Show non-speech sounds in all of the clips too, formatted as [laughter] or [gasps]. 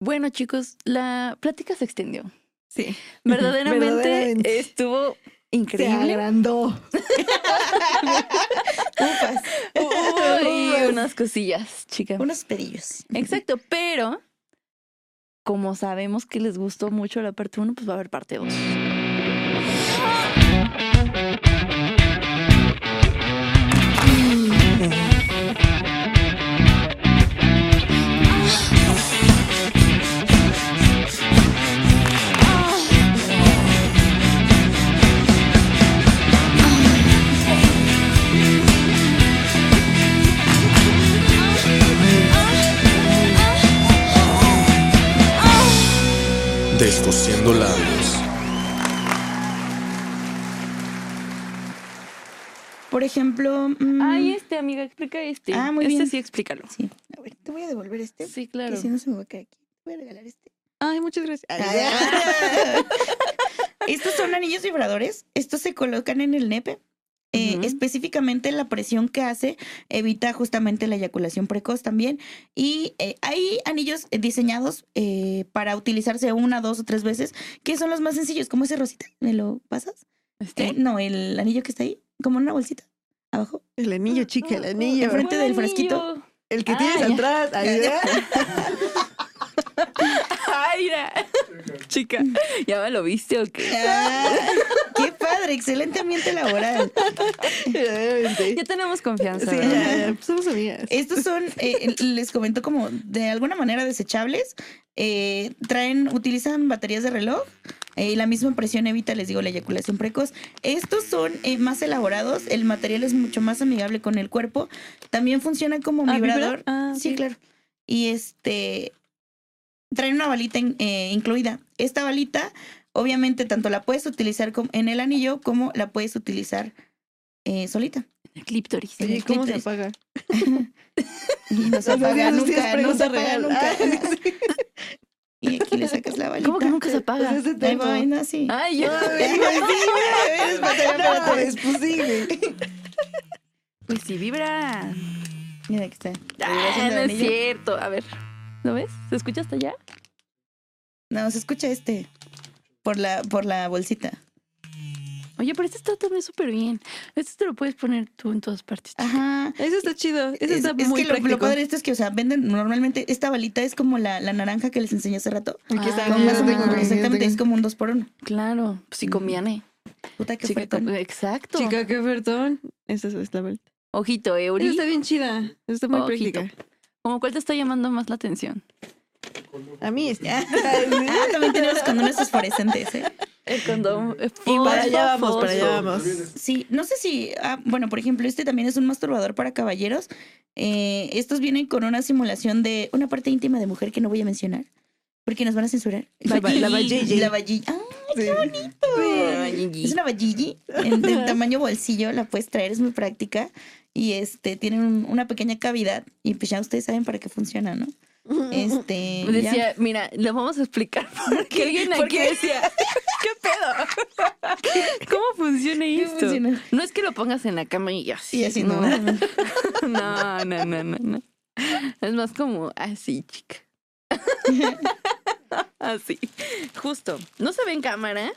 Bueno, chicos, la plática se extendió. Sí. Verdaderamente, Verdaderamente. estuvo Se increíble. [laughs] agrandó. Upas. Hubo ahí unas cosillas, chica. Unos pedillos. Exacto, pero como sabemos que les gustó mucho la parte 1, pues va a haber parte 2. Descosiendo labios. Por ejemplo. mm, Ay, este, amiga, explica este. Ah, muy este bien. sí, explícalo. Sí. A ver, te voy a devolver este. Sí, Que claro. si no se me va a caer aquí. Te voy a regalar este. Ay, muchas gracias. Ay, Estos son anillos vibradores. Estos se colocan en el nepe. Eh, Ujú. Específicamente la presión que hace evita justamente la eyaculación precoz también. Y eh, hay anillos eh, diseñados eh, para utilizarse una, dos o tres veces, que son los más sencillos, como ese rosita. ¿Me lo pasas? Eh, Este. no, el anillo que está ahí, como en una bolsita, abajo. [laughs] El anillo, chica, el anillo. Enfrente Buen del fresquito. anillo. El que Ah, tienes ya. atrás. Ahí, [laughs] ¿verdad? Ay, mira. Chica, ¿ya me lo viste o qué? [laughs] ¡Qué padre! Excelente ambiente laboral. Verdaderamente. Ya tenemos confianza. Sí, ¿verdad? ya, ya, pues somos amigas. Estos son, eh, les comento como de alguna manera desechables. eh, traen, utilizan baterías de reloj. eh, y la misma presión evita, les digo, la eyaculación precoz. Estos son eh, más elaborados. El material es mucho más amigable con el cuerpo. También funciona como Ah, ¿vibra? vibrador. Ah, sí, ok. claro. Y este traen una balita in- eh, incluida. Esta balita, obviamente, tanto la puedes utilizar com- en el anillo como la puedes utilizar eh, solita. El clítoris. Sí. Oye, ¿cómo se clítoris. apaga? Y [laughs] no se apaga Entonces, sí es nunca, no se pregunta apaga real. [laughs] nunca. Pues, Ah, sí. [laughs] Y aquí le sacas la balita. ¿Cómo que nunca se Ah. O sea, apaga? ese Ahí tema. va, ahí va, sí. Ay, yo. [laughs] Es no, es posible. Pues sí, vibra. Mira que está. Ah, Vibración de no es anillo. cierto. A ver, ¿lo ves? ¿Se escucha hasta allá? No, se escucha este. Por la, por la bolsita. Oye, pero este está también súper bien. Este te lo puedes poner tú en todas partes. Ajá. Eso está chido. Eso está es muy que lo- lo, práctico. padre de esto es que, o sea, venden normalmente esta balita es como la, la naranja que les enseñé hace rato. Aquí está. mira, Ah, Como más o yo tengo, menos, mira, yo exactamente, tengo. es como un dos por uno. Claro, pues sí Ujú. conviene. Puta que Chica, fue tan- com- Exacto. Chica, qué perdón. Esa es la vuelta. Ojito, eh, Esa Uri. Este- está bien chida. Esa Está muy Ojito. práctica. ¿Cómo cuál te está llamando más la atención? A mí está. Ah, también tiene los condones fosforescentes, ¿eh? El [laughs] condón. Y para allá vamos, para allá vamos. Sí, no sé si, ah, bueno, por ejemplo, este también es un masturbador para caballeros. Eh, estos vienen con una simulación de una parte íntima de mujer que no voy a mencionar, porque nos van a censurar. La ba- la vajilla. La vajilla. Ah, [laughs] Sí. es una vajilla en- de [laughs] tamaño bolsillo, la puedes traer, es muy práctica. Y este, tiene un- una pequeña cavidad y pues ya ustedes saben para qué funciona, ¿no? [laughs] Este, ya. Decía, mira, le vamos a explicar porque alguien ¿Por aquí qué? decía, [laughs] ¿qué pedo? ¿Cómo funciona ¿Qué esto? funciona? No es que lo pongas en la cama y así. Y así no. [laughs] No, no, no, no, no. Es más como así, chica. [laughs] Así. Justo. No se ve en cámara.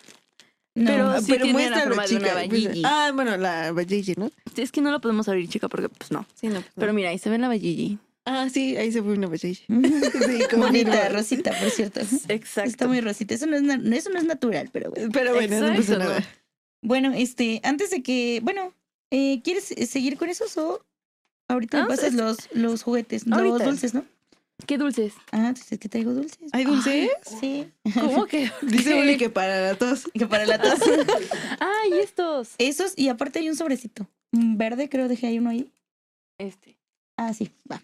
No. Pero- Ah, sí pero tiene la muéstralo, forma de una chica. vajilla. Pues, Ah, bueno, la vajilla, ¿no? Es que no lo podemos abrir, chica, porque pues no. Sí, no. Pero Pero, mira, ahí se ve la vajilla. ah, sí, ahí se fue una vajilla. Ujú. [laughs] Sí, como Bonita, mira. rosita, por cierto. [laughs] Exacto. Está muy rosita. Eso no es, na- eso no es natural, pero bueno. Pero bueno, no Exacto, pasa ¿no? nada. Bueno, este, antes de que, bueno, eh, ¿quieres eh, seguir con esos o ahorita me Ah, pasas es- los, los juguetes, Ahorita. los dulces, ¿no? ¿Qué [laughs] dulces? Ah, pues es que traigo dulces. ¿Hay dulce? Sí. ¿Cómo que? Dice Uli que para la [laughs] tos. Que para la [laughs] tos. Ay, estos. Esos, y aparte hay un sobrecito. un Verde, creo, dejé ahí uno ahí. Este. Ah, sí, va.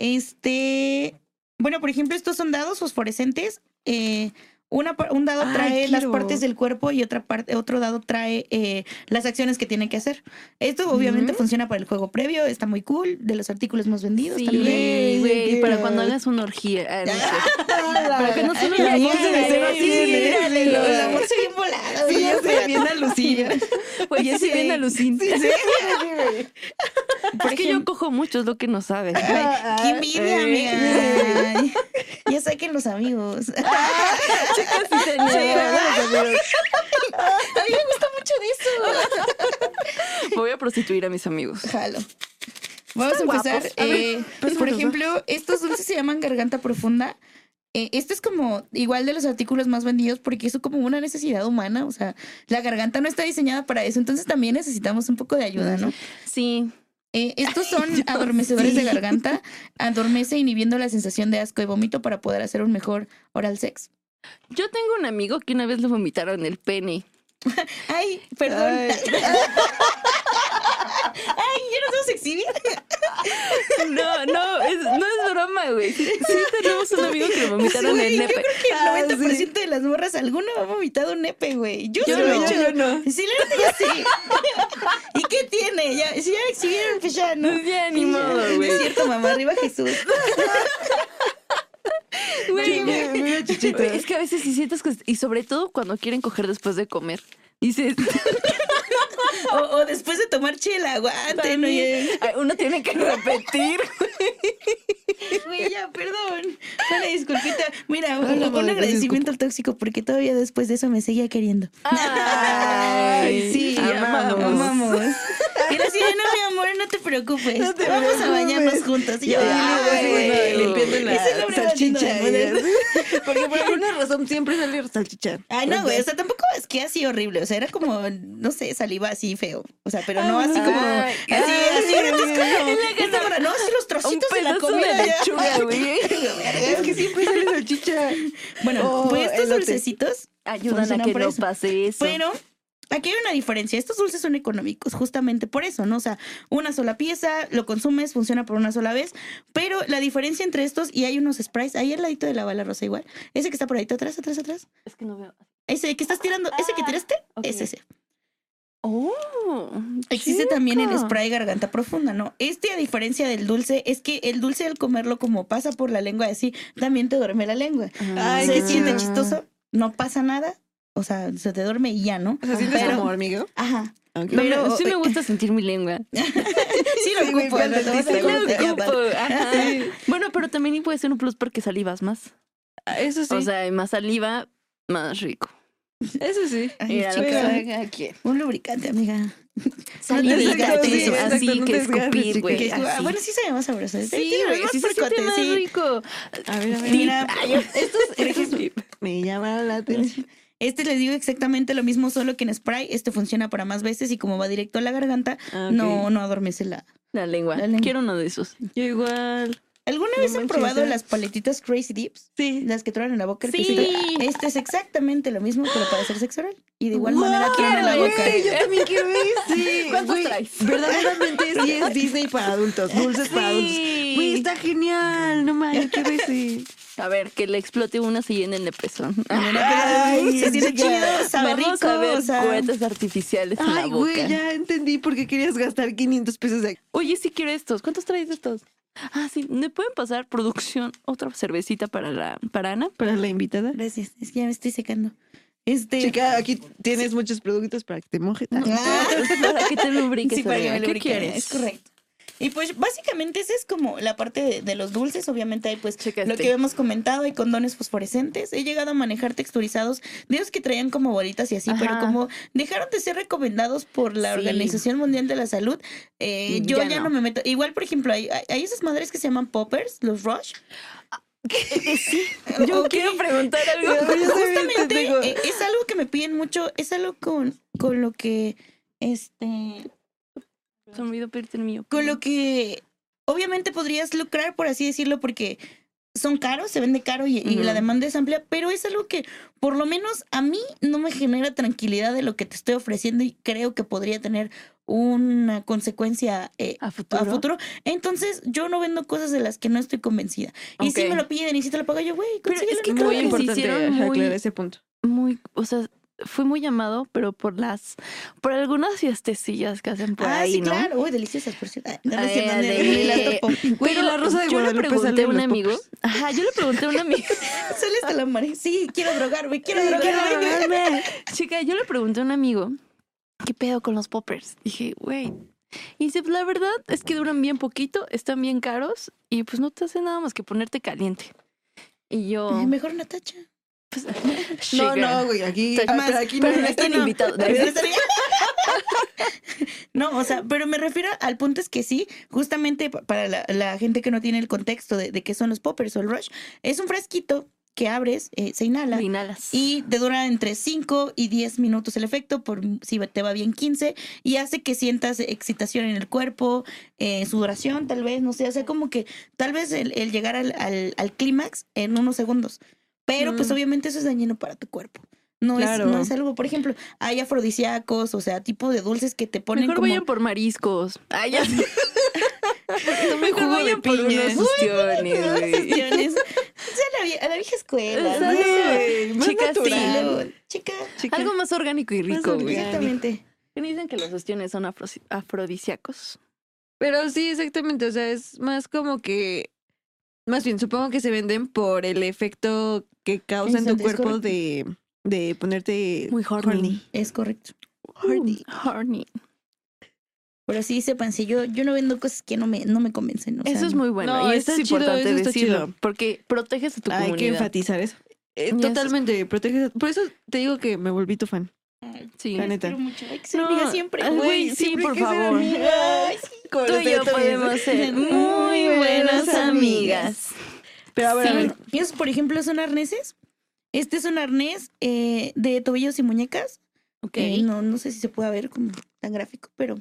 Este, bueno, por ejemplo, estos son dados fosforescentes. eh, una, par- un dado Ay, trae las quiero. partes del cuerpo y otra parte, otro dado trae eh, las acciones que tiene que hacer. Esto obviamente Ujú. funciona para el juego previo, está muy cool, de los artículos más vendidos Sí, [laughs] también. También. güey, para cuando hagas una orgía. Ah, no [laughs] sé. Para que no solo El la amor orgía, se me cero sí, tiene. dale, El lo- Sí, amor se bien volado. Sí, ¿no? ya sé, bien alucina. [laughs] Güey, ya se viene alucin. Sí, sí, sí, güey. Porque yo cojo mucho, es lo que no sabes. Ay, ¡Qué envidia, amiga! Ay, ya saquen los amigos. A mí me gusta mucho de eso. Voy a prostituir a mis amigos. Jalo. Vamos Están a empezar. guapos. A ver, eh, pues, por bueno, ejemplo, estos dulces se llaman garganta profunda. Eh, este es como igual de los artículos más vendidos porque es como una necesidad humana. O sea, la garganta no está diseñada para eso. Entonces también necesitamos un poco de ayuda, ¿no? Sí. Eh, estos son adormecedores de garganta. Adormece inhibiendo la sensación de asco y vómito para poder hacer un mejor oral sex. Yo tengo un amigo que una vez le vomitaron el pene. Ay, perdón. [laughs] Ay, ya nos vamos a exhibir. No, no, es, no es broma, güey. Sí tenemos un amigo que le vomitaron Güey, el yo nepe. creo que el 90% de las morras alguna ha vomitado un nepe, güey. Yo, Yo sí lo he no, hecho. yo no. Sí, la neta ya sí. [laughs] ¿Y qué tiene? Ya, si ya exhibieron, pues ya no. Ya, ni modo, güey. No es cierto, mamá. Arriba Jesús. Güey, Mira, mira, chichita. Güey, Es que a veces sí sientes que... Y sobre todo cuando quieren coger después de comer. [laughs] Dices, O, o después de tomar chela, aguanten. Oye. "Ay, uno tiene que repetir. [laughs] Güey, ya, perdón. Una disculpita. Mira, no, un, madre, un no agradecimiento al tóxico porque todavía después de eso me seguía queriendo. Ay, sí, amamos. Vamos. Y era así, de, no, mi amor, no te preocupes. No te Vamos a preocupes. bañarnos juntos. Y Yo yo, ay, güey. limpiando Ese la nombre lo entiendo, salchicha. ¿no? y- [laughs] Porque por alguna razón siempre sale salchicha. Ay, no, güey, o sea, tampoco es que así horrible, o sea, era como, no sé, saliva así feo, o sea, pero no así como, ay, así, así grotesco, esta morra, no, así los Un trocitos de la pedazo de comida. ya. lechuga, güey. Es que siempre [laughs] sale salchicha. Bueno, Oh, pues estos elote. dulcecitos, Ayudan a Funcionan que por no eso. pase eso. pero aquí hay una diferencia, estos dulces son económicos, justamente por eso, ¿no? O sea, una sola pieza, lo consumes, funciona por una sola vez, pero la diferencia entre estos, y hay unos sprays, ahí al ladito de la bala rosa igual, ese que está por ahí atrás, atrás, atrás, es que no veo. ese que estás tirando, ese que tiraste, Ah, Ok. es ese. Oh. Existe también el chica. spray garganta profunda, ¿no? Este, a diferencia del dulce, es que el dulce al comerlo como pasa por la lengua y así, también te duerme la lengua. Ah, Ay, se qué siente chido. chistoso, no pasa nada, o sea, se te duerme y ya, ¿no? O sea, sientes Pero- como hormiga. Ajá. Ok. No, Pero- no, sí me gusta sentir mi [laughs] lengua. [laughs] Sí lo Sí, güey, ocupo, fue al ¿no? Te vas a dentista, cortar, Lo ya, ocupo, vale. ajá. Bueno, pero también puede ser un plus porque salivas más. Ah, Eso sí. O sea, hay más saliva, más rico. eso sí. Ay, Mira, lo chica, que- Un [laughs] lubricante, amiga. Saliva y desgastes, gases, exacto, así no que te desgastes, escupir, chica. güey. Que- ah, así. bueno, sí se ve más sabroso. Este Sí, güey, sí se siente más rico. A ver, a ver. Mira, [laughs] Estos, Me llama la atención. Este les digo exactamente lo mismo, solo que en spray. Este funciona para más veces y como va directo a la garganta, Ah, no, no adormece la. La lengua. La lengua. Quiero uno de esos. Yo igual. ¿Alguna No vez han manches, probado ¿eh? las paletitas Crazy Dips? Sí. Las que traen en la boca. el Sí. quesito. Este es exactamente lo mismo, pero para hacer sexo oral. Y de igual Wow, manera traen en la güey, boca. Yo también quiero ver. [laughs] Sí. ¿Cuántos güey, traes? Verdaderamente sí es Disney para adultos, dulces para adultos. Güey, Sí. está genial. No mames, quiero ese. A ver, que le explote una y en el [laughs] depresón. A ver, pero Ay, Ah, [laughs] se siente chica. chido, sabe Vamos rico. a ver o sea, cohetes artificiales en la Ay, boca. güey, ya entendí por qué querías gastar 500 pesos de Oye, sí quiero estos. ¿Cuántos traes de estos? Ah, sí. ¿Me pueden pasar producción otra cervecita para la para Ana? para la invitada. Gracias, es que ya me estoy secando. Este. Chica, aquí tienes muchos productos para que te mojes. Ah, Ah. [laughs] para que te lubriques. Sí, para que me Adriana. ¿Qué lubrique, quieres? Es [laughs] correcto. Y pues básicamente esa es como la parte de, de los dulces. Obviamente hay pues Checa lo este. que hemos comentado, hay condones fosforescentes. He llegado a manejar texturizados de esos que traían como bolitas y así, pero Ajá. como dejaron de ser recomendados por la Sí. Organización Mundial de la Salud, eh, yo ya, Ya no. no. me meto. Igual, por ejemplo, hay, hay- hay esas madres que se llaman poppers, los rush. [laughs] Yo Ok. quiero preguntar algo. [laughs] Yo también te Justamente tengo- eh, es algo que me piden mucho, es algo con, con lo que este Se me olvidó pedirte el mío. con lo que obviamente podrías lucrar, por así decirlo, porque son caros, se vende caro y, y Ujú. la demanda es amplia, pero es algo que por lo menos a mí no me genera tranquilidad de lo que te estoy ofreciendo y creo que podría tener una consecuencia eh, a a futuro. futuro. Entonces yo no vendo cosas de las que no estoy convencida. Y si Ok. me lo piden y si te lo pago yo, güey, Pero es consíguelo, que no creo Muy que sí mames. importante hicieron muy- aclarar ese punto. Muy, o sea, fue muy llamado, pero por las, por algunas fiestecillas que hacen por Ah, ahí, sí, ¿no? claro. Uy, deliciosas, por cierto. Ay, no, no es Ay, cierto, Ale. ni- ni las topo. Güey, Pero la rosa de yo le Guadalupe sale pregunté a en un los amigo. poppers. Ajá, yo le pregunté a un amigo. Sales de la mare. Sí, quiero drogarme, quiero Quiero drogarme. drogarme. Chica, yo le pregunté a un amigo, ¿qué pedo con los poppers? Dije, güey, Y dice, pues la verdad es que duran bien poquito, están bien caros y pues no te hace nada más que ponerte caliente. Y yo... Ay, Mejor Natacha. pues, No, sugar. no, güey, aquí, Te- además, pero aquí pero no, no esto están no. invitados. [laughs] Pero estaría- No, o sea, pero me refiero al punto es que sí, justamente pa- para la, la gente que no tiene el contexto de, de qué son los poppers o el rush, es un frasquito que abres, eh, se inhala Le inhalas. y te dura entre 5 y 10 minutos el efecto, por si te va bien 15, y hace que sientas excitación en el cuerpo, eh, sudoración tal vez, no sé, o sea, como que tal vez el, el llegar al, al- al clímax en unos segundos, pero pues Mm. obviamente eso es dañino para tu cuerpo. No, Claro. es, no es algo, por ejemplo, hay afrodisíacos, o sea, tipo de dulces que te ponen Mejor como... vayan por mariscos. Ay, ya sé. Tomen Mejor jugo de vayan por piña. unos Todas [laughs] succiones, [laughs] esas güey. cuestiones. O sea, a la, vie- a la vieja escuela, ¿no? Exacto. Güey, más Chicas, sí. Y natural. luego, chica, Chica. Algo más orgánico y rico, güey. exactamente. Que Dicen que los ostiones son afrosi- afrodisíacos. Pero sí, exactamente. O sea, es más como que. Más bien, supongo que se venden por el efecto que causa en tu Exacto, es cuerpo correcto. de, de ponerte. Muy horny. Es correcto. Horny. Mm, Horny. Pero sí, sepan, si yo, yo no vendo cosas que no me, no me convencen. o sea, Eso es muy bueno. no, y eso está es chido, importante eso está decirlo. chido. Porque proteges a tu Hay que comunidad. enfatizar eso. Eh, Yes. Totalmente, proteges. Por eso te digo que me volví tu fan. Sí. La neta. quiero mucho. Hay que ser No, amiga siempre. ay, güey, sí, siempre hay por que ser favor. amiga. Ay, sí. Tú y yo podemos [laughs] ser muy buenas amigas. Pero a ver, a Sí. ver. Esos, por ejemplo, son arneses. Este es un arnés eh, de tobillos y muñecas. Ok. Eh, no, no sé si se puede ver como tan gráfico, pero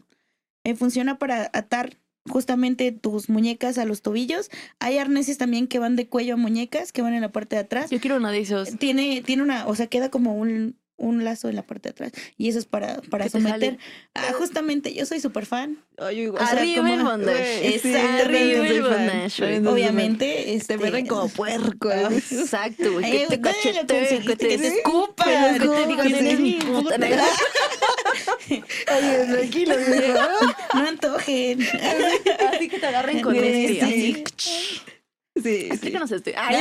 eh, funciona para atar justamente tus muñecas a los tobillos. Hay arneses también que van de cuello a muñecas, que van en la parte de atrás. Yo quiero uno de esos. Tiene, tiene una, o sea, queda como un, un lazo en la parte de atrás. Y eso es para, para Que te jale. someter. Ah, justamente, yo soy súper fan. Ay, yo igual. sea, Arriba el como- bondage. Güey, sí, Arriba también el soy fan. bondage. güey. Entonces, Obviamente, este, Te meten como puerco. Ah, ¿eh? Exacto, güey. Eh, Que te dale, cachetee, que consentiste, te que te escupa, que no, te diga, que "Eres sí. mi puta". Oye, tranquilo, [laughs] güey. no antojen. Así que te agarren con Güey, este. así. sí. Sí, sí. Explícanos esto. Ay,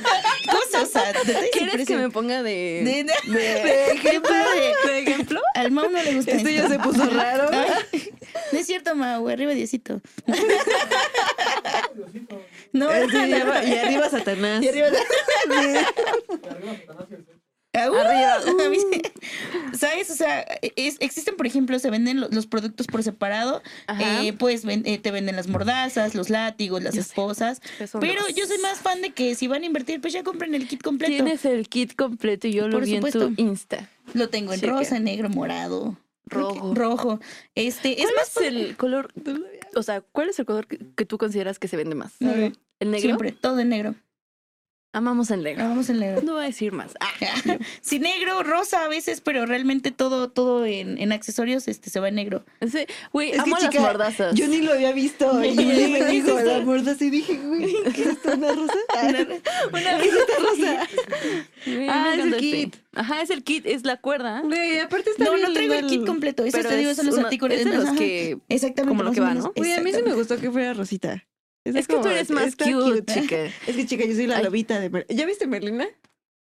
[laughs] Cosas, o sea, detalles ¿Quieres que me impresionantes. ponga de, De- de- de ejemplo? De, ejemplo? [laughs] Este Al Mau no le gusta Esto ya esto. se [laughs] puso raro. No es cierto, Mau, [laughs] arriba Diosito. No, Eh, sí, y arriba- [laughs] y arriba Satanás. Y arriba Ah, uh, Arriba, [laughs] Uh. a mí sí. ¿Sabes? O sea, es- existen, por ejemplo, se venden lo- los productos por separado. Ajá. eh, pues ven- eh, te venden las mordazas, los látigos, las Yo sé. esposas. Pero yo soy más fan de que si van a invertir, pues ya compren el kit completo. Tienes el kit completo y yo lo Por vi en supuesto. tu Insta. Lo tengo en Checa. rosa, negro, morado. creo que- Rojo. Rojo. Este, es Oh. ¿Cuál más es el color? O sea, ¿cuál es el color que, que tú consideras que se vende más? Negro. ¿El negro? Siempre, todo en negro. Ah, Amamos el negro. Vamos [laughs] en negro. No voy a decir más. Ah, [laughs] sí, negro, rosa a veces, pero realmente todo, todo en, en accesorios este, se va en negro. ese- Güey, Es que, amo las chica, mordazas. Yo ni lo había visto. Y Yuli me dijo la mordaza y dije, güey, ¿qué es esto? ¿Una rosa? Una vez Güey, Ah, me es el encanta este. kit. Ajá, es el kit, es la cuerda. Güey, aparte está No, bien no traigo el lindo kit completo. Eso Pero te digo, es son los una- artículos. es de los ajá. que- Exactamente. como lo más que o va, menos, ¿no? Güey, a mí sí me exactamente. gustó que fuera Rosita. Esa Es que tú como- eres más está cute, [laughs] chica. Es que, chica, yo soy la Ay. lobita de Merlina. ¿Ya viste Merlina?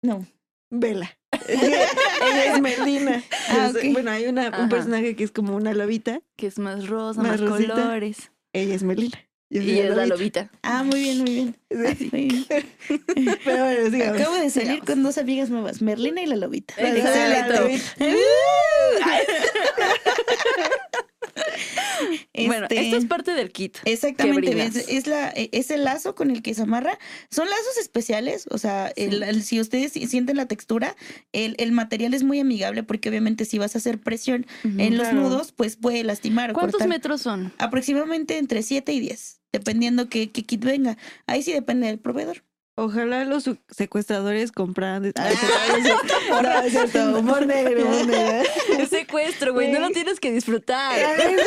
No. [laughs] Vela. Ella es Merlina. Ah, Yo soy- ok. Bueno, hay una, Ajá. un personaje que es como una lobita. Que es más rosa, Más más, rosita. colores. Ella es Merlina. Yo soy Y es la lobita. [laughs] Ah, muy bien, muy bien. [laughs] Muy bien. Pero bueno, sigamos. Acabo de salir con dos amigas nuevas, Merlina y la lobita. Exacto. Exacto. [laughs] Bueno, Este- esto es parte del kit. Exactamente, brindas. es, es la, e, es el lazo con el que se amarra. Son lazos especiales, o sea, el- el- si ustedes si- sienten la textura, el, el material es muy amigable porque obviamente si vas a hacer presión en los Claro. nudos, pues puede lastimar o ¿Cuántos cortar. metros son? Aproximadamente entre 7 y 10, dependiendo qué, qué kit venga. Ahí sí depende del proveedor. Ojalá los su- secuestradores compraran. de- [laughs] Ay, No, es cierto. Humor negro, humor [laughs] negro. Es secuestro, güey. No lo tienes que disfrutar. [laughs]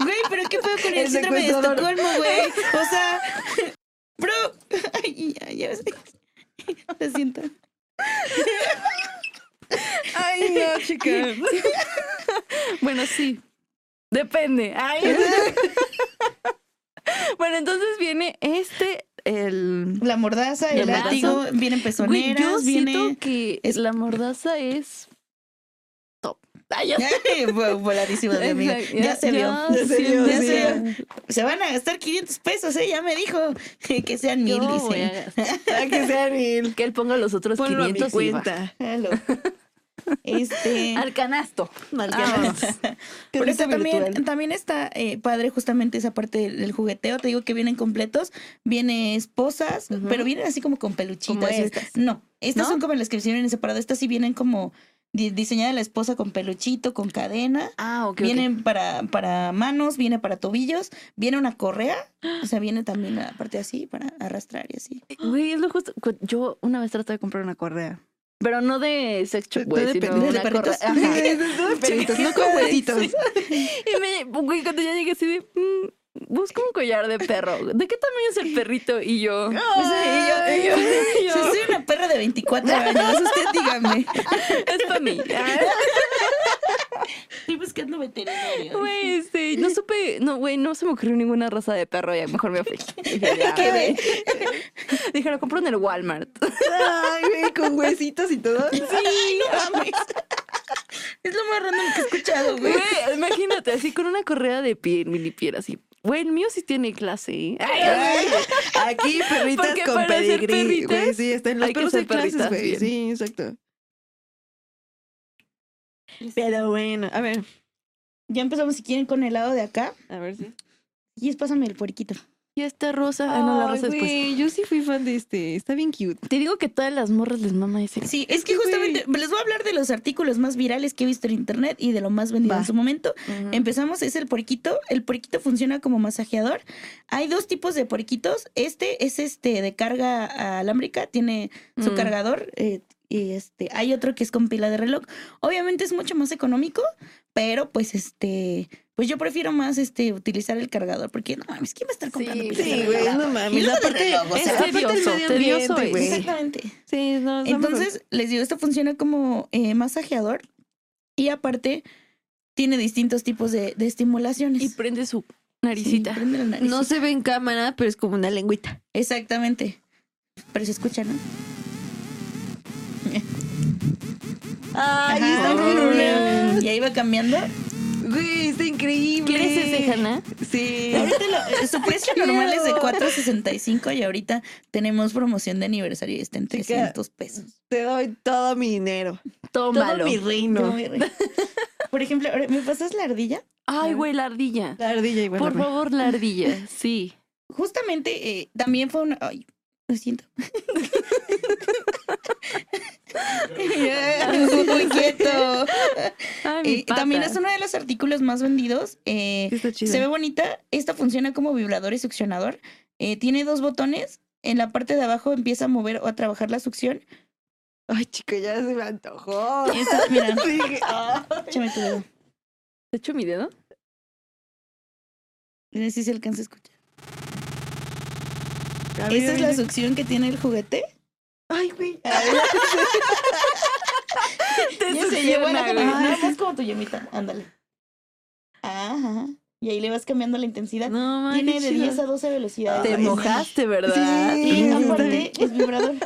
Güey, pero qué pedo con el, El síndrome de secuestrador. Estocolmo, güey. O sea, [laughs] bro. Ay, ya, ya sé. [laughs] Lo siento. Ay, no, chica. [laughs] Bueno, sí. Depende. Ay. bueno, entonces viene este, el. La mordaza, La el mordaza. látigo, vienen Güey, pezoneras, yo viene. siento que es- la mordaza es. Ay, ya- Vol- Voladísima de amiga. Exacto, Ya se vio. ya se vio, ya sí. se vio. Se van a gastar 500 pesos, ¿eh? Ya me dijo [laughs] que sean mil. Yo voy dice. a gastar. Ah, que sea mil. Que él ponga los otros Ponlo a mi 500 y va. cuenta. [laughs] Hello. Este. Al canasto. Al Ah, canasto. Pero Carrito está también, [laughs] virtual. también está eh, padre justamente esa parte del, del jugueteo. Te digo que vienen completos, viene esposas, Ujú. pero vienen así como con Como peluchitas. y- estas. No, estas ¿No? son como las que vienen separadas. Estas sí vienen como di- diseñada la esposa con peluchito, con cadena. Ah, ok. ok. vienen Para, para manos, viene para tobillos, viene una correa. O sea, viene también la parte así para arrastrar y así. Güey, es lo justo. Cu- Yo una vez traté de comprar una correa. Pero no de sex shop, güey, ¿No de sino perritos? una ¿De perritos? correa. Ajá. [laughs] Perritos, no con huesitos. Y me, güey, cuando ya llegué así de, "Mm, busco un collar de perro. ¿De qué tamaño es el perrito? Y [laughs] yo, y yo, [laughs] y yo, Yo soy una perra de 24 años, usted dígame. es para [laughs] mí. Estoy pues buscando [laughs] veterinario. Güey, este, no supe, no, güey, no se me ocurrió ninguna raza de perro y a lo mejor me fui. [laughs] Dije, ya, güey. Dije, lo compro en el Walmart. [laughs] Ay, güey, con huesitos y [laughs] todo. Sí, no mames. [laughs] Es lo más random que he escuchado, güey. Güey, imagínate, así con una correa de piel, mini piel, así. Güey, el mío sí tiene clase. ¿eh? Ay, Ay, Aquí perritas Porque con para ser pedigrí, güey. perritas, Sí, están los hay que perros ser en clases, perritas güey. bien. Sí, exacto. Pero bueno, a ver, Ya empezamos, si quieren, con el lado de acá. a ver si. Y es pásame el puerquito. Y esta rosa, ah, no, la rosa después. Yo sí fui fan de este, está bien cute. Te digo que todas las morras les mama ese. Sí, es que justamente les voy a hablar de los artículos más virales que he visto en internet y de lo más vendido Va. en su momento. Ujú. Empezamos, es el puerquito. El puerquito funciona como masajeador. Hay dos tipos de puerquitos. Este es este de carga alámbrica, tiene su Mm. cargador. eh, y este, hay otro que es con pila de reloj. Obviamente es mucho más económico, pero pues este, pues yo prefiero más este utilizar el cargador, porque no mames, ¿quién va a estar comprando Sí, pilas de Sí, reloj? güey, no Y mames. luego del Aparte, reloj, o es sea, aparte el tedioso, medio tedioso ambiente, es. [laughs] güey. Exactamente. Sí, no, está mejor. Entonces, les digo, esto funciona como eh, masajeador y aparte tiene distintos tipos de, de estimulaciones. Y prende su Sí, naricita. prende la naricita. no se ve en cámara, pero es como una lengüita. Exactamente. Pero se escucha, ¿no? Ay, está Ajá. increíble. Y ahí va cambiando. Güey, está increíble. ¿Quieres ese, Hanna? Sí. Ahorita lo- su precio normal es de 4.65 y ahorita tenemos promoción de aniversario y está en Chica. 300 pesos. Te doy todo mi dinero. Tómalo. Todo mi No, reino. güey. Por ejemplo, ahora, ¿me pasas la ardilla? Ay, güey, la ardilla. La ardilla igual. Por favor, la ardilla. Sí. Justamente eh, también fue una... Ay, [laughs] lo siento. [laughs] Muy quieto. Ay, mi Y también pata. es uno de los artículos más vendidos. eh, Está chido. se ve bonita. Esta funciona como vibrador y succionador. Eh, tiene dos botones. En la parte de abajo empieza a mover o a trabajar la succión. Ay, chica, ya se me antojó. Y esta, mira, Dije, ay. échame tu dedo. ¿Te echo mi dedo? Mira si se alcanza a escuchar. A ver, Esta es la mira. succión que tiene el juguete. Ay, güey. Te Ya se lleva succiona, la güey. Nada más como tu yemita. Ándale. Ajá. Y ahí le vas cambiando la intensidad. No, man, Tiene qué de chido. 10 a 12 velocidades. Te Ay, sí. mojaste, ¿verdad? Sí. Y Sí, aparte es vibrador. En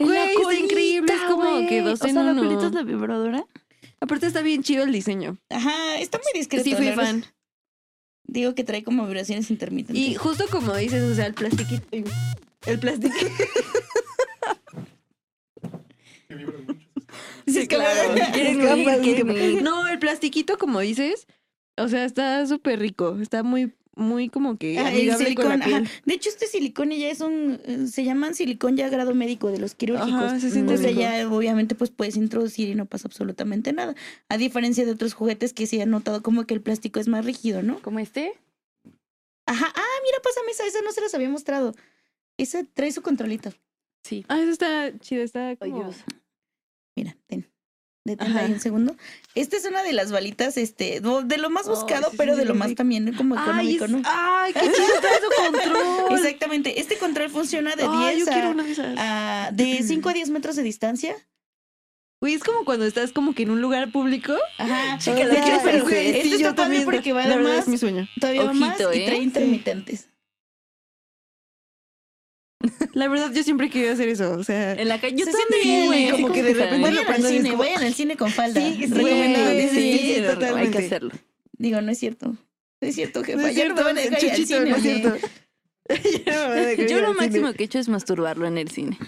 la Güey, está colita, increíble, es como güey. que dos O sea, en la uno. colita es la vibradora. Aparte está bien chido el diseño. Ajá, está muy discreto. Sí fui la verdad. fan. Digo que trae como vibraciones intermitentes. Y justo como dices, o sea, el plastiquito. El plastiquito. sí, claro. Quieren Está huir, quieren padrísimo. huir. No, el plastiquito, como dices, o sea, está súper rico. Está muy, muy como que Ah, el amigable con silicón, la piel. ajá. De hecho, este silicón ya es un. eh, Se llaman silicón ya grado médico de los quirúrgicos. Ajá, se siente o sea, rico. ya obviamente pues puedes introducir y no pasa absolutamente nada. A diferencia de otros juguetes que sí han notado como que el plástico es más rígido, ¿no? ¿Como este? Ajá, ah, mira, pásame esa, esa no se las había mostrado. Esa trae su controlito. Sí. Ah, eso está chido, está como... Mira, ten. Detente Ajá. ahí un segundo. Esta es una de las balitas, este, no, de lo más Ay, buscado, sí, pero sí, de sí, lo sí. más también como Ay, económico, es- ¿no? ay, qué chido está su control. Exactamente. Este control funciona de Ay, 10 yo a- quiero una de esas. a- de 5 a 10 metros de distancia. Güey, es como cuando estás como que en un lugar público. Ajá. Chica, O la sea, quiero, pero este güey, está sí, yo padre también, porque va la de verdad más, ¿eh? es mi sueño. todavía va más Ojito, y ¿eh? trae Sí. intermitentes. La verdad, yo siempre quería hacer eso. O sea, En la calle. Yo Se siente también, bien, güey. como que de repente Bueno, Vayan lo al aprendes cine, como- vayan al cine con falda. Sí, sí, Recomendado. güey, Sí, sí, sí, sí, hay que totalmente. hacerlo. Digo, no es cierto. No es cierto, jefa. no es ya cierto, no van a dejar ir al Chuchito, cine, no es oye. cierto. [laughs] Ya no me van a dejar Yo ir lo al cine. máximo que he hecho es masturbarlo en el cine.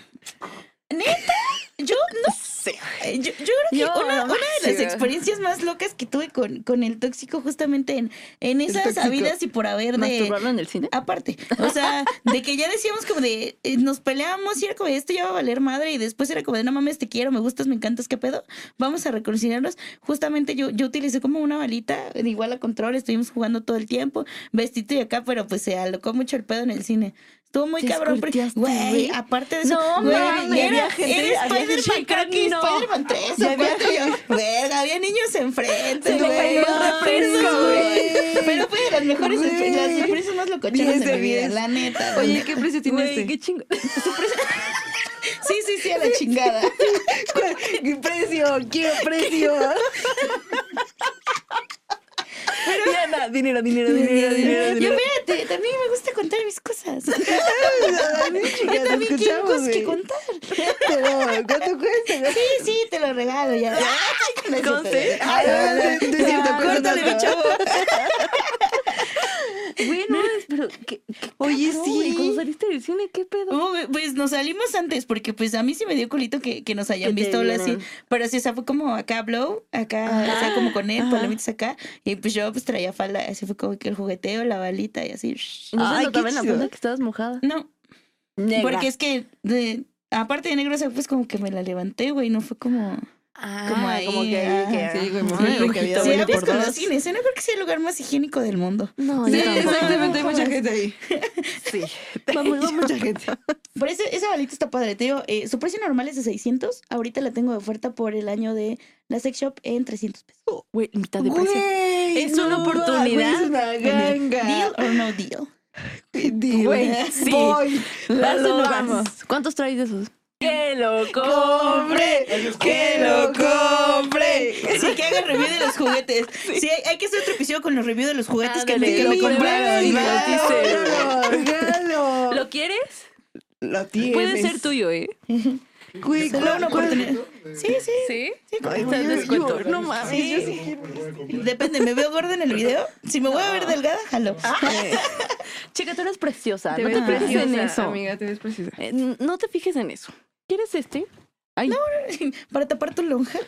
Yo no sé. Yo, yo creo que Yo una, lo una de las máximo. experiencias más locas que tuve con, con el tóxico, justamente en, en esas tóxico. habidas y por haber de. [laughs] ¿Masturbarlo en el cine? Aparte, o sea, de que ya decíamos como de eh, nos peleábamos y era como de, esto ya va a valer madre y después era como de no mames, te quiero, me gustas, me encantas, qué pedo, vamos a reconciliarnos. Justamente yo, yo utilicé como una balita de igual a control, estuvimos jugando todo el tiempo, vestido y acá, pero pues se alocó mucho el pedo en el cine. Estuvo muy ¿Te cabrón, porque, esculteaste, güey, güey? aparte de eso, No güey, mames, era, había gente- era había gente Spider-Man, creo que checando. Spider-Man 3 o Ya había 4, yo, verga, había niños enfrente, Se me güey, cayó el no, refresco, no, güey. Pero fue de las mejores Güey. sorpresas, las sorpresas más locochonas Diez de de mi vida, diez. [laughs] la neta. Oye, ¿qué precio tiene Güey, este? qué chingo. [laughs] Sí, sí, sí, a la chingada. [laughs] ¿Qué precio? ¿Qué precio? Diana, dinero, dinero, dinero, dinero. Yo, dinero. fíjate, también me gusta contar mis cosas. Yo Yo también quiero cosas [laughs] que contar. ¿Cuánto cuesta? [laughs] Sí, sí, te lo regalo ya. No es cierto, Conste. ya. Ay, no, no, no, no es cierto, Córtale, cuéntanos. mi chavo. Güey, no, pero qué, qué Oye, cabrón, güey, sí. Cuando saliste del cine, ¿qué pedo? Oh, pues nos salimos antes, porque pues a mí sí me dio culito que, que nos hayan Que te visto hablar así. vieran. Pero sí, o sea, fue como acá blow, acá, o sea, como con él, palomitas acá. Y pues yo pues traía falda, así fue como que el jugueteo, la balita y así. ¿Y no se Ay, notaba qué en la chido. punta que estabas mojada? No, Negra. porque es que de- aparte de negro, o sea, pues como que me la levanté, güey, no fue como... Ah, como ahí, como que ajá, ahí que... sí, güey, me Ajá. imagino que había Te Si duele varios antes por con dos. los cines, ¿eh? no creo que sea el lugar más higiénico del mundo. No, Sí, yo tampoco. exactamente, hay mucha gente ahí. Sí. Vamos, mucha gente. Pero ese, esa balita está padre, te digo, eh, su precio normal es de 600, ahorita la tengo de oferta por el año de la sex shop en 300 pesos. Güey, mitad de precio. Güey, Es una oportunidad. Es una ganga. Deal or no deal. Deal. Güey, sí. Voy. Vas o no Vas. vamos. ¿Cuántos traes de esos? ¡Qué loco! ¡Compre! ¡Que lo compre! Sí, que haga review de los juguetes. Sí, Ah, hay, hay que hacer otro episodio con los reviews de los juguetes que, Ándale, que lo me compraron compraron. y ¿no? los dice. [laughs] ¡Regalo! ¿Lo quieres? Lo tienes. Puede ser tuyo, ¿eh? Güey, Solo una ¿cuál- oportunidad. Sí, sí. ¿Sí? Ay, Está en yo- descuento. yo- no mames. Sí. yo sí quiero. Depende, ¿me veo gorda en el video? Si me voy a ver delgada, jalo. Chica, tú eres preciosa. Te no ves te fijes en preciosa, eso. Amiga, te ves preciosa. Eh, n- no te fijes en eso. ¿Quieres este? Ay. No, [laughs] Para tapar tu lonja.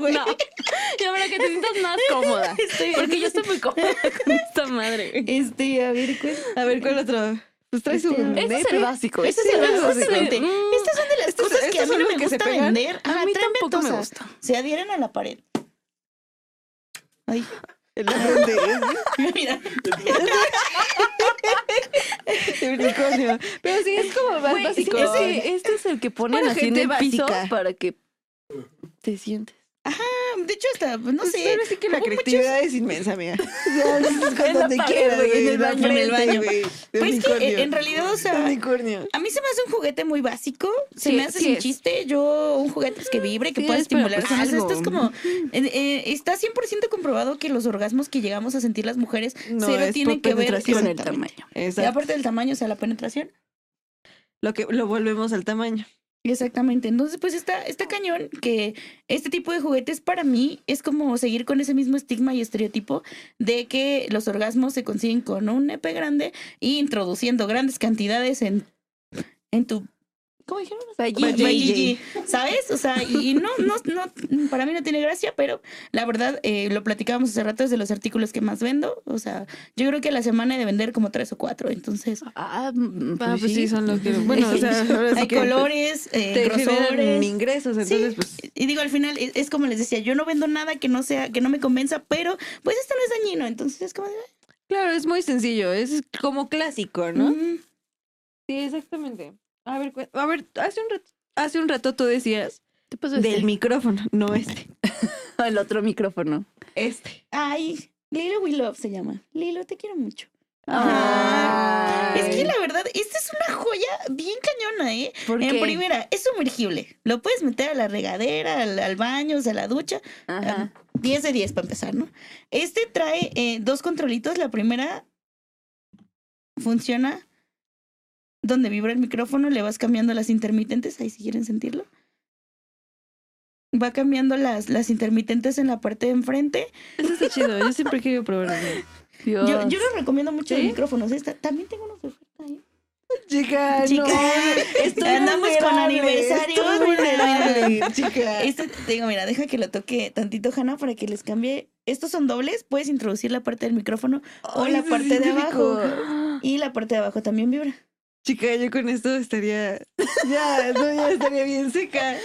no, Ya verá que te sientas [laughs] más cómoda. Estoy- Porque yo estoy [laughs] muy cómoda con esta madre. güey. Este, a ver, ¿cuál? A ver, ¿cuál otro? Pues traes Este, un. Ese es nepe. el básico. Este es ese el básico. de- Mm, Estas son de las Estos- cosas que estos a mí son no los me que se gusta pegan. vender. A Ah, mí traen tampoco me ventosas. gusta. Se adhieren a la pared. [laughs] Ay, [laughs] El hombre mira. de unicornio. Pero sí, es como más güey, básico. es que este es el que ponen Para así en gente el piso básica. para que te sientes. Ah, De hecho, hasta, no Pues sé. ahora sí que la hubo muchos- creatividad es inmensa, [laughs] amiga. O sea, es cuando la te pared, quieras, güey, güey, en el la baño, en el frente, baño. güey, de Pues es que unicornio. en- en realidad, o sea, De unicornio. A mí se me hace un juguete muy básico. Se Sí, me hace sí sin es. chiste. Yo, un juguete pues, que vibre, que Sí pueda es, pero estimular. pues zonas. algo. Esto es como. eh, eh, está 100% comprobado que los orgasmos que llegamos a sentir las mujeres No, cero es tienen por que ver penetración. Con el exactamente. tamaño. Y Exacto. aparte del tamaño, o sea, la penetración. Lo, que, lo volvemos al tamaño. Exactamente. Entonces, pues está, está cañón que este tipo de juguetes para mí es como seguir con ese mismo estigma y estereotipo de que los orgasmos se consiguen con un nepe grande e introduciendo grandes cantidades en, en tu. ¿Cómo dijeron? Vallí. Vallí. Vallí, ¿Sabes? O sea, y y no, no, no, para mí no tiene gracia, pero la verdad, eh, lo platicábamos hace rato, es de los artículos que más vendo. O sea, yo creo que a la semana he de vender como tres o cuatro. Entonces, Ah, mm, Ah, pues sí, son los que. Bueno, [laughs] bueno, o sea, ahora sí hay que pues, colores, eh, Te generan grosores. ingresos, Sí. entonces, pues. Y digo, al final, e, es, es como les decía, yo no vendo nada que no sea, que no me convenza, pero pues esto no es dañino. Entonces es como de, Claro, es muy sencillo. Es como clásico, ¿no? mm, Sí, exactamente. A ver, cu- a ver, hace un rato, hace un rato tú decías ¿Te pasó del este? micrófono, no este. El otro micrófono. Este. Ay, Lilo We Love se llama. Lilo, te quiero mucho. Ah. Es que la verdad, esta es una joya bien cañona, ¿eh? ¿Por En qué? primera, es sumergible. Lo puedes meter a la regadera, al, al baño, o sea, a la ducha. Ajá. 10 de 10 para empezar, ¿no? Este trae eh, dos controlitos. La primera funciona donde vibra el micrófono, le vas cambiando las intermitentes, ahí si quieren sentirlo. Va cambiando las, las intermitentes en la parte de enfrente. Eso está chido. Yo siempre quiero probar eso. Dios. Yo, yo les recomiendo mucho ¿Sí? los micrófonos. Esta, también tengo unos de oferta ahí. Chica, Chica, estoy andamos con vulnerable, aniversario, estoy vulnerable, chica. Este, te digo, mira, deja que lo toque tantito, Hanna, para que les cambie. Estos son dobles, puedes introducir la parte del micrófono o Ay, la se parte de siente abajo. rico. Y la parte de abajo también vibra. Chica, yo con esto estaría. Ya, no, ya estaría bien seca.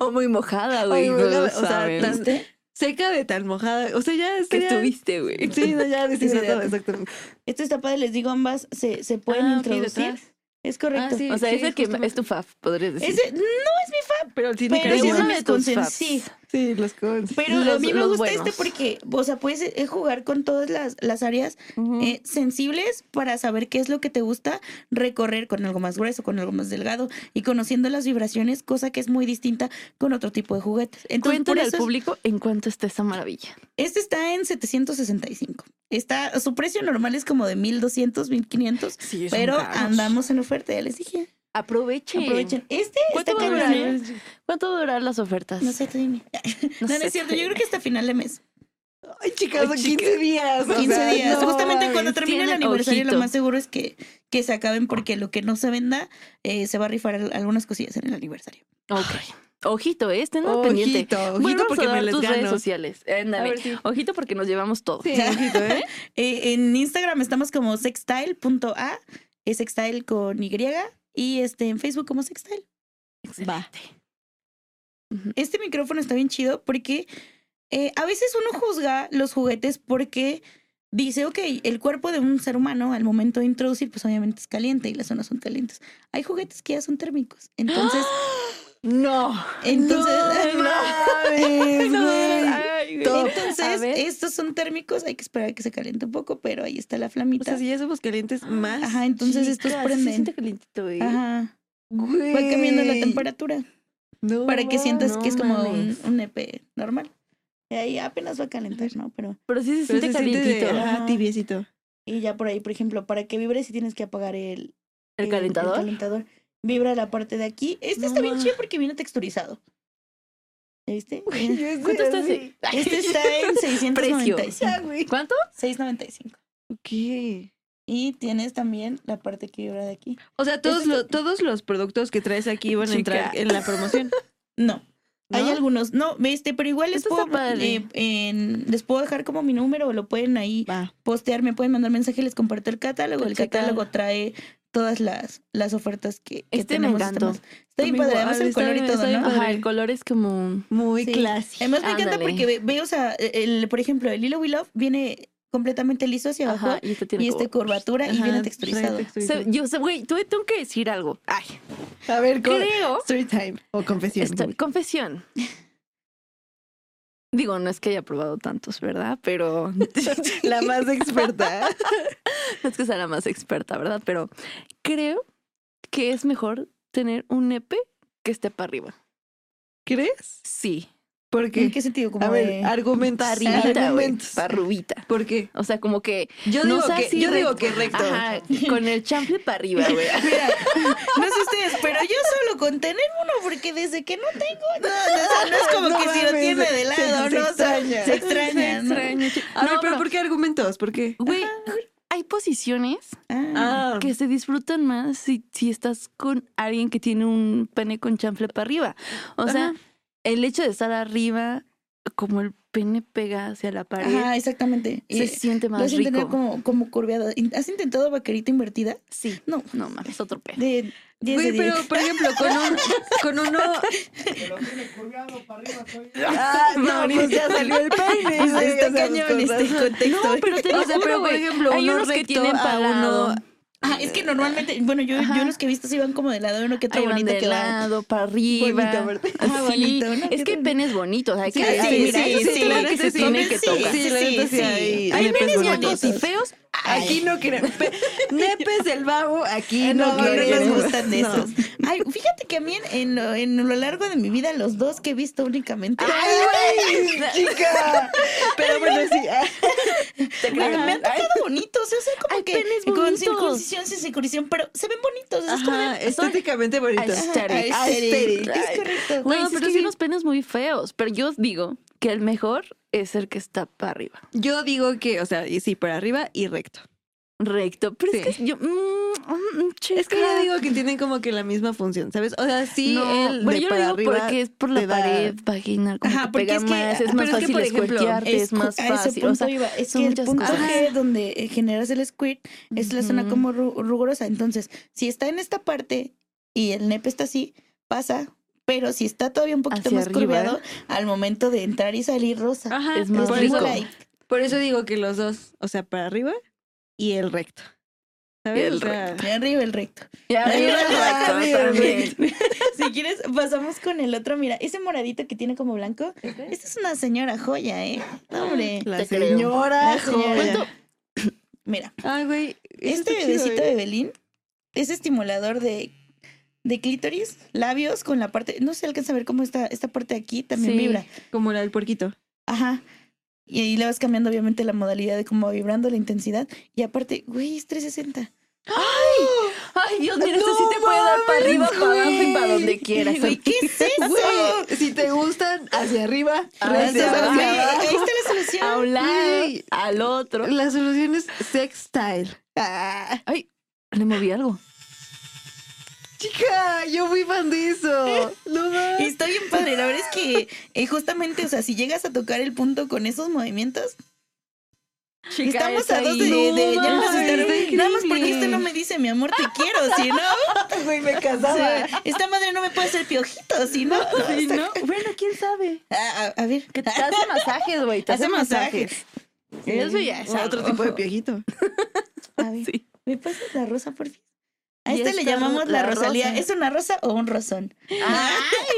O muy mojada, güey. Ay, no güey, lo o sea, saben. tan- Seca de tan mojada. O sea, ya ¿Qué estaría. estuviste, güey? Sí, no, ya deshidratado, exactamente. Esto Este está padre, les digo, ambas se, se pueden Ah, ok, introducir. detrás. es correcto. Ah, sí, o sea, es el que justamente. es tu fav, podrías decir. Ese- no es mi fan, Pero sí, pero creo sí es uno uno de de tus consen- faps. Sí, Sí, los cons. pero a Los- mí me los gusta buenos. este porque, o sea, puedes eh, jugar con todas las, las áreas eh, sensibles para saber qué es lo que te gusta recorrer con algo más grueso, con algo más delgado y conociendo las vibraciones, cosa que es muy distinta con otro tipo de juguetes. Entonces, por Cuéntale al eso es- público en cuánto está esa maravilla. este está en 765. Está, su precio normal es como de 1200, 1500, Sí, pero andamos en oferta, ya les dije. Aprovechen. Aprovechen. Este ¿Cuánto está va a cabrón, durar? ¿eh? ¿Cuánto va a durar las ofertas? No sé, tú dime. No, no es cierto. Yo creo que hasta final de mes. Ay, chicas, son Ay, chica. 15 días. o 15 sea, días. no Justamente mames. cuando termine el tienen aniversario, ojito. lo más seguro es que, que se acaben porque lo que no se venda eh, se va a rifar al- algunas cosillas en el aniversario. Ok. Ojito, ¿eh? Estén al Ojito, pendiente. ojito Vuelvas a porque me dar les tus redes gano. sociales. Ándale. A ver, sí. Ojito porque nos llevamos todo. Sí, ojito, ¿eh? Eh, en Instagram estamos como sextile.a, es sextile con Y, y este, en Facebook como sextile. Va. Este micrófono está bien chido porque eh, a veces uno juzga los juguetes porque dice, ok, el cuerpo de un ser humano al momento de introducir, pues obviamente es caliente y las zonas son calientes. Hay juguetes que ya son térmicos. [gasps] Entonces, No. entonces, [laughs] Mames, No, güey. ay, güey. A entonces ver. estos son térmicos, hay que esperar a que se caliente un poco, pero ahí está la O Pues flamita. sea, si ya somos calientes más. Ajá, entonces estos Chicas, sí se prenden. siente calientito, ¿eh? Ajá. Güey. Va cambiando la temperatura No para que mames. sientas no que es como un, mames. un EP normal. Ahí apenas va a calentar, ¿no? Pero Pero sí se Pero siente se siente de- calientito. Ajá. ajá, tibiecito. Y ya por ahí, por ejemplo, para que vibre si tienes que apagar el, ¿El calentador? calentador. Vibra la parte de aquí. Este No está bien ma. chido porque viene texturizado. ¿Ya viste? Güey, yo ¿Cuánto estoy está así. ese? Ay, Este está [laughs] en Ya, 695. güey. ¿Cuánto? 695. Ok. Y tienes también la parte que vibra de aquí. O sea, todos, lo- todos los productos que traes aquí van a Chica. entrar en la promoción. No. [laughs] ¿No? Hay algunos, no, este, pero igual les Esto puedo, está padre. eh, en- les puedo dejar como mi número, o lo pueden ahí Va. postear, me pueden mandar mensaje, les comparto el catálogo. El Chica. catálogo trae todas las, las ofertas que, que Este me tenemos. encantó. Está más- está bien Amigo, padre, además ah, el está color y bien- todo, está bien ¿no? padre. Ajá, el color es como... Muy Sí. clásico. Además me encanta Ándale. porque ve- veo, o sea, el, por ejemplo, el Hilo We Love viene completamente liso hacia abajo Ajá, y este tiene y este como- curvatura y viene Ajá, texturizado. trae texturizado. Se- yo sé, güey, tú- tengo que decir algo. Ay, A ver, con... creo... story time o confesión. Estoy- confesión. [laughs] Digo, no es que haya probado tantos, ¿verdad? Pero [laughs] La más [laughs] experta. no es que sea la más experta, ¿verdad? Pero creo que es mejor tener un EP que esté para arriba. ¿Crees? Sí, Porque ¿En qué sentido? Como A de- ver, argumentos. para arribita, güey, argumentos. para rubita. ¿Por qué? O sea, como que Yo No digo, sea que, así yo digo recto. que recto. ajá, con el chample para arriba, güey. Mira, no sé ustedes, pero yo solo con tener uno, porque desde que no tengo, no, no, o sea, no es como No que si lo mames, tiene de se- lado, se ¿no? O sea, extraña. [laughs] se extraña, ¿no? A ver, No, pero pero- ¿por qué argumentos? ¿Por qué? Güey, hay posiciones Ah, Ah, que se disfrutan más si, si estás con alguien que tiene un pene con chanfle para arriba. O sea, Ajá. el hecho de estar arriba, como el pene pega hacia la pared, Ajá, exactamente. se Y siente lo has más intentado rico. como, como curveado. ¿Has intentado vaquerita invertida? Sí. No, No mames, otro pene. de 10 de Güey, 10. pero por ejemplo, con, un, con uno. Ah, no, No, pues ya salió el peine. Está güey, esas cañón este cosas. contexto. No, pero te lo O sea, juro, pero por güey, ejemplo, hay uno unos que recto tienen a para uno- uno, Ajá, Ah, es que normalmente, bueno, yo, yo Ajá. los que he visto sí van como de lado, uno que otro hay van bonito de que va. lado, para arriba. bonito. Sí, bonito, ¿no? Es que hay penes bonitos, hay que Sí, hay- sí, mira, sí, esos sí, son la los que neta se sí. tienen que Sí, tocar. sí, Sí, la neta sí. sí. Hay, Hay nepes penes bonitos. bonitos y feos. Aquí no queremos. Nepes del babo, aquí No, no, no, queremos. les gustan de No. esos. Ay, fíjate que a mí en, en lo, en lo largo de mi vida, los dos que he visto únicamente. Ah, ¡Ay, chica! Pero bueno, sí. ah, Te Me, creo. me han tocado bonitos, o sea, son como Ay, que penes con bonitos. circuncisión, sin circuncisión, pero se ven bonitos. Es como de- Ajá, estéticamente bonito. Aesthetic. Ajá, aesthetic, Aesthetic. Es correcto. No, Güey, sí, es pero que sí vi- unos penes muy feos. Pero yo digo que el mejor es el que está para arriba. Yo digo que, o sea, y sí, para arriba y recto. Recto. Pero es Sí. que yo. mm, mm, Es que yo chica. digo que tienen como que la misma función, ¿sabes? O sea, sí, no, el bueno, de yo lo para digo arriba porque es por te la da- pared vaginal, como Ajá, que porque pega es que- más, es pero más es que, fácil por ejemplo, escuetearte, es ju- más a ese fácil, punto o sea, iba. Es son que el muchas punto cosas. G donde eh, generas el squirt es la zona Ujú. como ru- rugosa. Entonces, si está en esta parte y el nepe está así, pasa. Pero si está todavía un poquito Hacia más arriba. curveado, al momento de entrar y salir rosa. Ajá, Es más por, muy rico. Eso, por eso digo que los dos, o sea, para arriba y el recto. ¿Sabes? El O sea, De arriba el recto. Y arriba el recto Arriba el también. Si quieres, pasamos con el otro. Mira, ese moradito que tiene como blanco. Esta es una señora joya, ¿eh? No, hombre. La Te creo. señora La señora. joven. Mira, Ay, ah, güey. este bebecito ¿eh? de Belín es estimulador de, de clítoris, labios, con la parte. No se alcanza a ver cómo está esta parte de aquí también Sí. vibra. Como la del puerquito. Ajá. Y ahí le vas cambiando, obviamente, la modalidad de cómo va vibrando, la intensidad. Y aparte, güey, es 360. Ay, Dios, mira, esto sí te puede dar para arriba, para abajo y para donde quieras. Güey, ¿qué es eso? si te gustan, hacia arriba, Ahora Entonces, hacia hacia abajo. güey, abajo. ahí está la solución. A un lado, Güey. al otro. La solución es sextile. Ah, Ay, le moví algo. chica, yo fui fan de eso. [laughs] No mames. Está bien padre, la verdad es que eh, justamente, o sea, si llegas a tocar el punto con esos movimientos, estamos a dos de, ahí. de- No ya mames, empezar- está Nada más increíble. porque este no me dice mi amor, te quiero, si no, Güey, me o casaba. sea, esta madre no me puede hacer piojito, si no. Sí, ¿no? Este, Bueno, quién [laughs] sabe. A, a- a ver, Que te hace masajes, güey. Te hace, masajes. Eso ya es Otro tipo de piojito. A ver, Sí. ¿me pasas la rosa, por favor? A Y esta le esta llamamos la la, Rosalía. rosa. ¿Es una rosa o un rosón?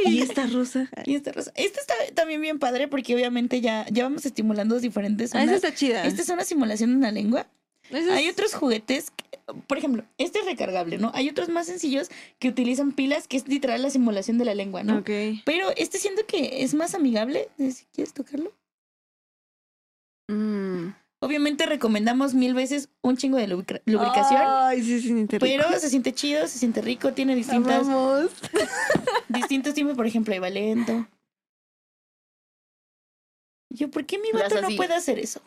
Y esta rosa. Y esta rosa. Esta está también bien padre porque obviamente ya, ya vamos estimulando [laughs] diferentes Ah, esa zonas. está chida. Esta es una simulación de una lengua. Esa Hay es- otros juguetes, que- por ejemplo, este es recargable, ¿no? Hay otros más sencillos que utilizan pilas, que es literal la simulación de la lengua, ¿no? Ok. Pero este siento que es más amigable, eh, si quieres tocarlo. Mm. Obviamente recomendamos mil veces un chingo de lubrica- lubricación, Ay, sí, sí, interés. [laughs] pero se siente chido, se siente rico, tiene distintas, Vamos. distintos tipos, por ejemplo, hay valento. Yo, ¿por qué mi Las vato no así. puede hacer eso?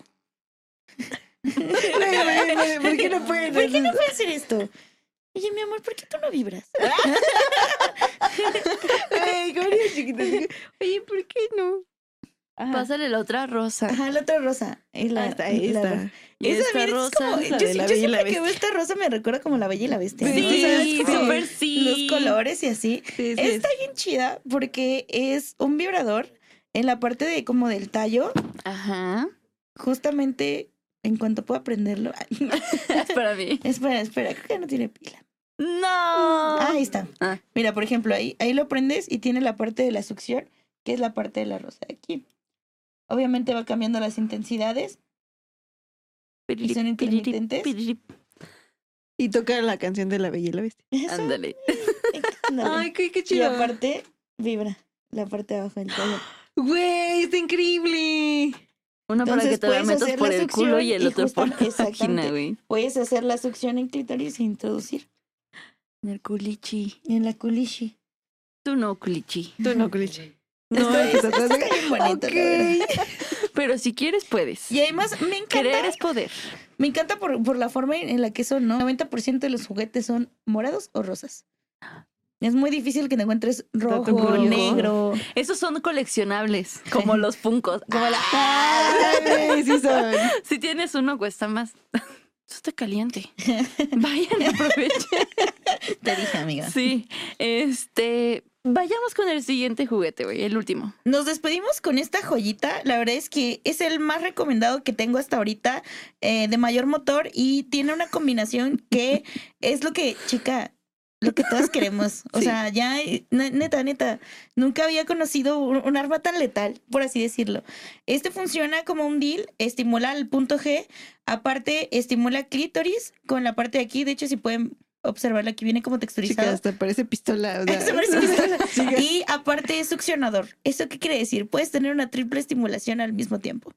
¿Por qué no pueden? ¿Por qué no puede hacer esto? Oye, mi amor, ¿por qué tú no vibras? Ah. Ay, cómo eres chiquita. Oye, ¿por qué no? Pásale la otra rosa. Ajá, la otra rosa. Es la, Ah, está, la está. rosa. Y Esa esta también es rosa como- es yo la de sí- la yo Bella y la siempre que veo esta rosa me recuerda como la bella y la bestia. ¿no? O sea, es Sí, como súper sí. [laughs] Este, Los colores y así. Sí, sí, Está bien chida porque es un vibrador en la parte de como del tallo, Ajá. justamente en cuanto pueda prenderlo. Es para mí. [laughs] espera, espera, creo que no tiene pila. No. Ah, ahí está. Ah. Mira, por ejemplo, ahí, ahí lo prendes y tiene la parte de la succión, que es la parte de la rosa de aquí. Obviamente va cambiando las intensidades. y son intermitentes. [laughs] Y toca la canción de La Bella y la Bestia. Eso, Ándale. ándale. [laughs] Ay, qué, qué Y chido. aparte, vibra la parte de abajo del tallo. Güey, está increíble. Uno para que Entonces, te la puedes metas hacer por la el culo y succión el y otro por [laughs] la justamente- vagina, exactamente. güey. Puedes hacer la succión en clítoris e introducir En el culichi. en la culichi. Tú no culichi. Tú no, cliché. No, Está- es que está- está bien bonito, la verdad. Ok. Pero si quieres, puedes. Y además me Querer encanta, es poder. me encanta por, por la forma en en la que son, ¿no? 90% de los juguetes son morados o rosas. Es muy difícil que te encuentres rojo, rojo. negro. Esos son coleccionables, como los funcos. Como la- [laughs] Ay, sí son. [laughs] Si tienes uno, cuesta más. [laughs] Eso está [laughs] caliente. Vayan, aprovechen. Te dije, amiga. Sí. Este. Vayamos con el siguiente juguete, güey. El último. Nos despedimos con esta joyita. La verdad es que es el más recomendado que tengo hasta ahorita, eh, de mayor motor y tiene una combinación que es lo que, chica, lo que todas queremos. O Sí. sea, ya, eh, ne- neta, neta, nunca había conocido un, un arma tan letal, por así decirlo. Este funciona como un deal, estimula el punto G, aparte estimula clítoris con la parte de aquí. De hecho, si pueden observarlo. Aquí viene como texturizado. Chicas, te parece pistola. o [laughs] sea. Eso parece pistola. Y aparte es succionador. ¿Eso qué quiere decir? Puedes tener una triple estimulación al mismo tiempo.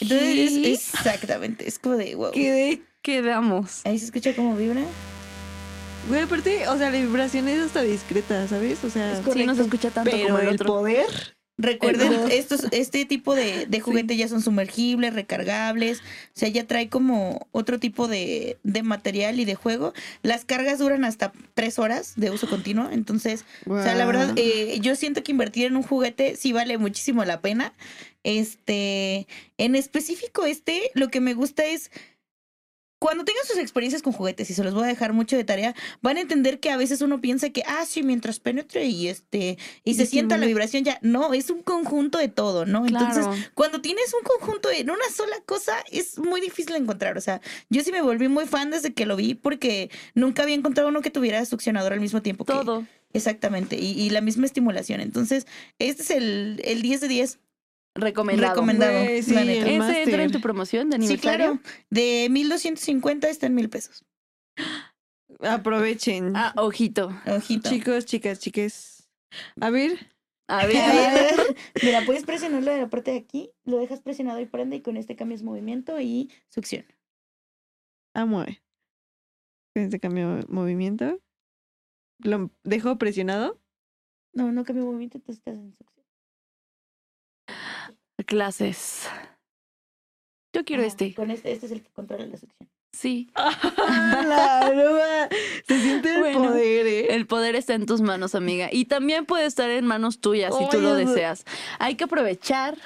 Entonces, ¿Qué? es- exactamente, es como de wow. Quedé- Quedamos. Ahí se escucha como vibra. Güey, aparte, o sea, la vibración es hasta discreta, ¿sabes? O sea, Sí, no se escucha tanto Pero como el el otro. poder. Recuerden, estos, este tipo de, de juguetes ya son sumergibles, recargables, o sea, ya trae como otro tipo de, de material y de juego. Las cargas duran hasta tres horas de uso continuo, entonces, o sea, la verdad, Guau. eh, yo siento que invertir en un juguete sí vale muchísimo la pena. Este, en específico este, lo que me gusta es... Cuando tengan sus experiencias con juguetes, y se los voy a dejar mucho de tarea, van a entender que a veces uno piensa que, ah, sí, mientras penetre y este, y se Y sienta estimula. la vibración ya. No, es un conjunto de todo, ¿no? Entonces, Claro. cuando tienes un conjunto en una sola cosa, es muy difícil de encontrar. O sea, yo sí me volví muy fan desde que lo vi porque nunca había encontrado uno que tuviera succionador al mismo tiempo. que- Todo. Exactamente, y, y la misma estimulación. Entonces, este es el, el 10 de 10 Recomendado. recomendado. Güey, sí, la neta. el ¿Ese entra en máster. tu promoción de Sí, aniversario? claro. De 1250 está en mil pesos. Aprovechen. Ah, ojito. Ojito. Chicos, chicas, chiques. A ver, A [laughs] A ver, ver, [laughs] Mira, puedes presionarlo de la parte de aquí, lo dejas presionado y prende y con este cambias movimiento y succión. ah, mueve. Este cambio de movimiento. Lo dejo presionado. No, no cambia movimiento, entonces estás en succión. clases. Yo quiero Ajá, este. Con este, este es el que controla la succión. Sí. Ah, la broma! Se siente el Bueno. poder, ¿eh? El poder está en tus manos, amiga. Y también puede estar en manos tuyas si tú Ay, lo Dios. deseas. Hay que aprovechar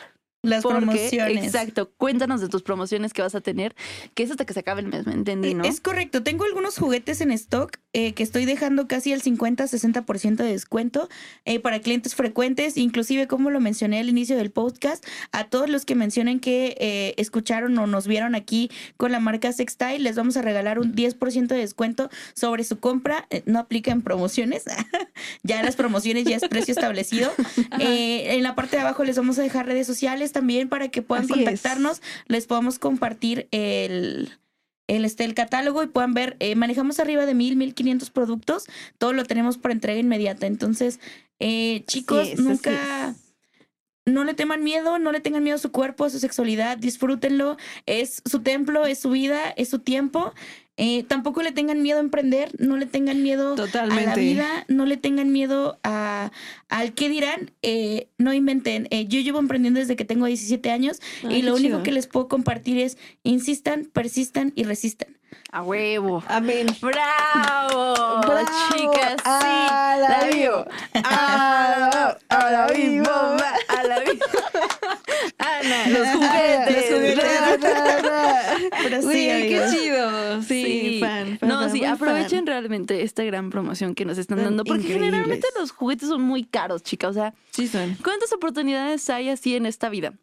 Las porque, promociones. exacto, cuéntanos de tus promociones que vas a tener, que es hasta que se acabe el mes, me entendí, ¿no? E, Es correcto. Tengo algunos juguetes en stock eh, que estoy dejando casi al 50-60% de descuento eh, para clientes frecuentes. Inclusive, como lo mencioné al inicio del podcast, a todos los que mencionen que eh, escucharon o nos vieron aquí con la marca Sextile, les vamos a regalar un 10% de descuento sobre su compra. Eh, no aplica en promociones. [laughs] ya las promociones ya es [laughs] precio establecido. Eh, en la parte de abajo les vamos a dejar redes sociales también para que puedan Así es. contactarnos. Les podemos compartir el el, este, el catálogo y puedan ver, eh, manejamos arriba de mil, mil quinientos productos, todo lo tenemos por entrega inmediata. Entonces, eh, chicos, es, así nunca, no le teman miedo, no le tengan miedo a su cuerpo, a su sexualidad, disfrútenlo, es su templo, es su vida, es su tiempo. Eh, tampoco le tengan miedo a emprender, no le tengan miedo Totalmente. a la vida, no le tengan miedo a, al qué dirán, eh, no inventen. Eh, yo llevo emprendiendo desde que tengo 17 años Ay, y qué lo único chido. que les puedo compartir es insistan, persistan y resistan. A huevo. Amén. ¡Bravo! Chicas, sí. ¡A la la vivo. vivo! A la, a la vivo. vivo! A la vivo. Ana, [laughs] los juguetes. Pero sí, Güey, qué amigos. chido. Sí, fan, fan, No, fan, sí, muy fan. aprovechen realmente esta gran promoción que nos están Tan dando, porque increíbles. generalmente los juguetes son muy caros, chica. O sea, Sí, son. ¿cuántas oportunidades hay así en esta vida?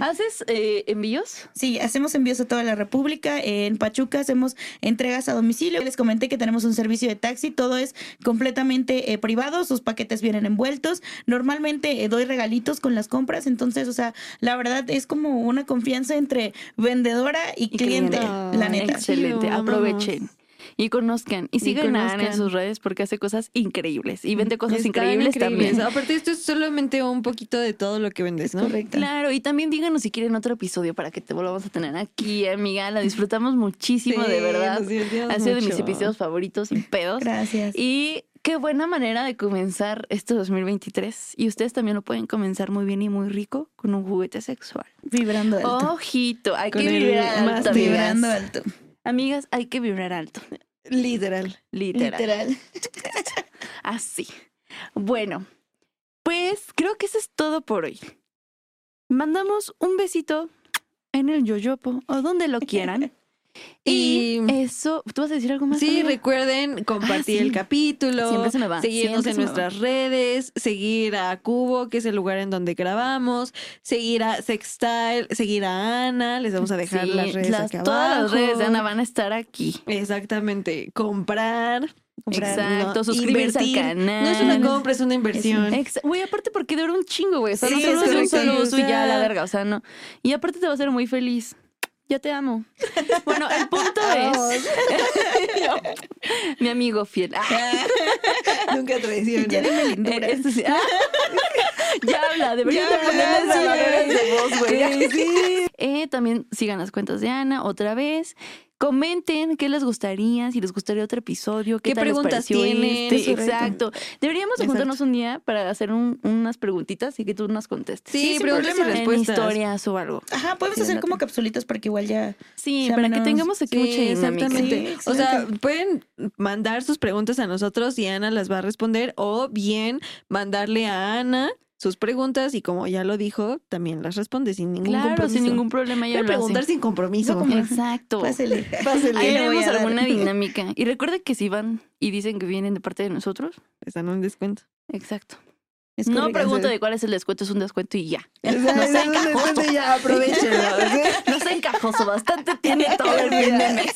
¿Haces eh, envíos? Ah, Sí, hacemos envíos a toda la República. En Pachuca hacemos entregas a domicilio. Les comenté que tenemos un servicio de taxi. Todo es completamente eh, privado. Sus paquetes vienen envueltos. Normalmente eh, doy regalitos con las compras. Entonces, o sea, la verdad es como una confianza entre vendedora y, Y "Ah, cliente. cliente. La neta. Excelente, Chido, aprovechen. Y conozcan, y Y sigan a Ana en conozcan. sus redes porque hace cosas increíbles y vende cosas Están increíbles, increíbles. también. Aparte, esto es solamente un poquito de todo lo que vendes, ¿no? Correcto. Claro, y también díganos si quieren otro episodio para que te volvamos a tener aquí, amiga. La disfrutamos muchísimo, de verdad. nos divertimos Ha sido de mis mucho. episodios favoritos, sin pedos. Gracias. Y qué buena manera de comenzar este 2023. Y ustedes también lo pueden comenzar muy bien y muy rico con un juguete sexual. Vibrando alto. Ojito, hay Con que el vibrar Oh, alto, máster. Vibrando amigas. alto. Amigas, hay que vibrar alto, Literal. literal. Literal. Así. Bueno, pues creo que eso es todo por hoy. Mandamos un besito en el yoyopo o donde lo quieran. Y [laughs] Y- eso, ¿tú vas a decir algo más? Sí, amiga? recuerden compartir Ah, sí. el capítulo. Siempre se me va, Seguirnos siempre en se me nuestras redes, seguir a Cubo, que es el lugar en donde grabamos, seguir a Sextile, seguir a Ana, les vamos a dejar Sí, las redes las- acá Todas las abajo. redes de Ana van a estar aquí. Exactamente, comprar, comprar, Exacto, ¿no? suscribirse al Invertir. canal. No es una compra, es una inversión. Ex- Güey, aparte porque dura un chingo, güey. O sea, no Sí, solo es es de un correcto. solo uso y ya la Usa- verga. O sea, no. Y aparte te va a hacer [laughs] muy feliz. Ya te amo. Bueno, el punto es. Mi amigo fiel. Ah, [laughs] Nunca traiciona. Ya dime eh, [laughs] lindura. esto sí. Ah, ya habla, deberías Ya de ponerle habla, sí, grabadoras de voz, güey. Eh, sí. [laughs] Eh, también sigan las cuentas de Ana otra vez. Comenten qué les gustaría, si les gustaría otro episodio, qué, ¿Qué tal les preguntas pareció tienen? este. Correcto. Exacto. Deberíamos de Exacto. juntarnos un día para hacer un- unas preguntitas y que tú nos contestes. Sí, sin preguntas problema. y En respuestas. historias o algo. Ajá, podemos Sí, hacer como date. capsulitas para que igual ya. Sí, O sea, para que menos- tengamos aquí mucha Sí, dinámica. exactamente. Sí, o sea, excelente. pueden mandar sus preguntas a nosotros y Ana las va a responder o bien mandarle a Ana sus preguntas y como ya lo dijo, también las responde sin ningún Claro, compromiso. sin ningún problema. Ya Pueden lo hacen. [laughs] preguntar sin compromiso. [laughs] Exacto. Pásele. Pásale. Ahí le voy haremos a dar. alguna dinámica. Y recuerda que si van y dicen que vienen de parte de nosotros. Están en un descuento. Exacto. Es No correcto. pregunto de cuál es el descuento, es un descuento y ya. [laughs] O sea, es un descuento y ya [laughs] aprovechenlo. ¿sí? No se encajoso, bastante tiene todo el fin de mes.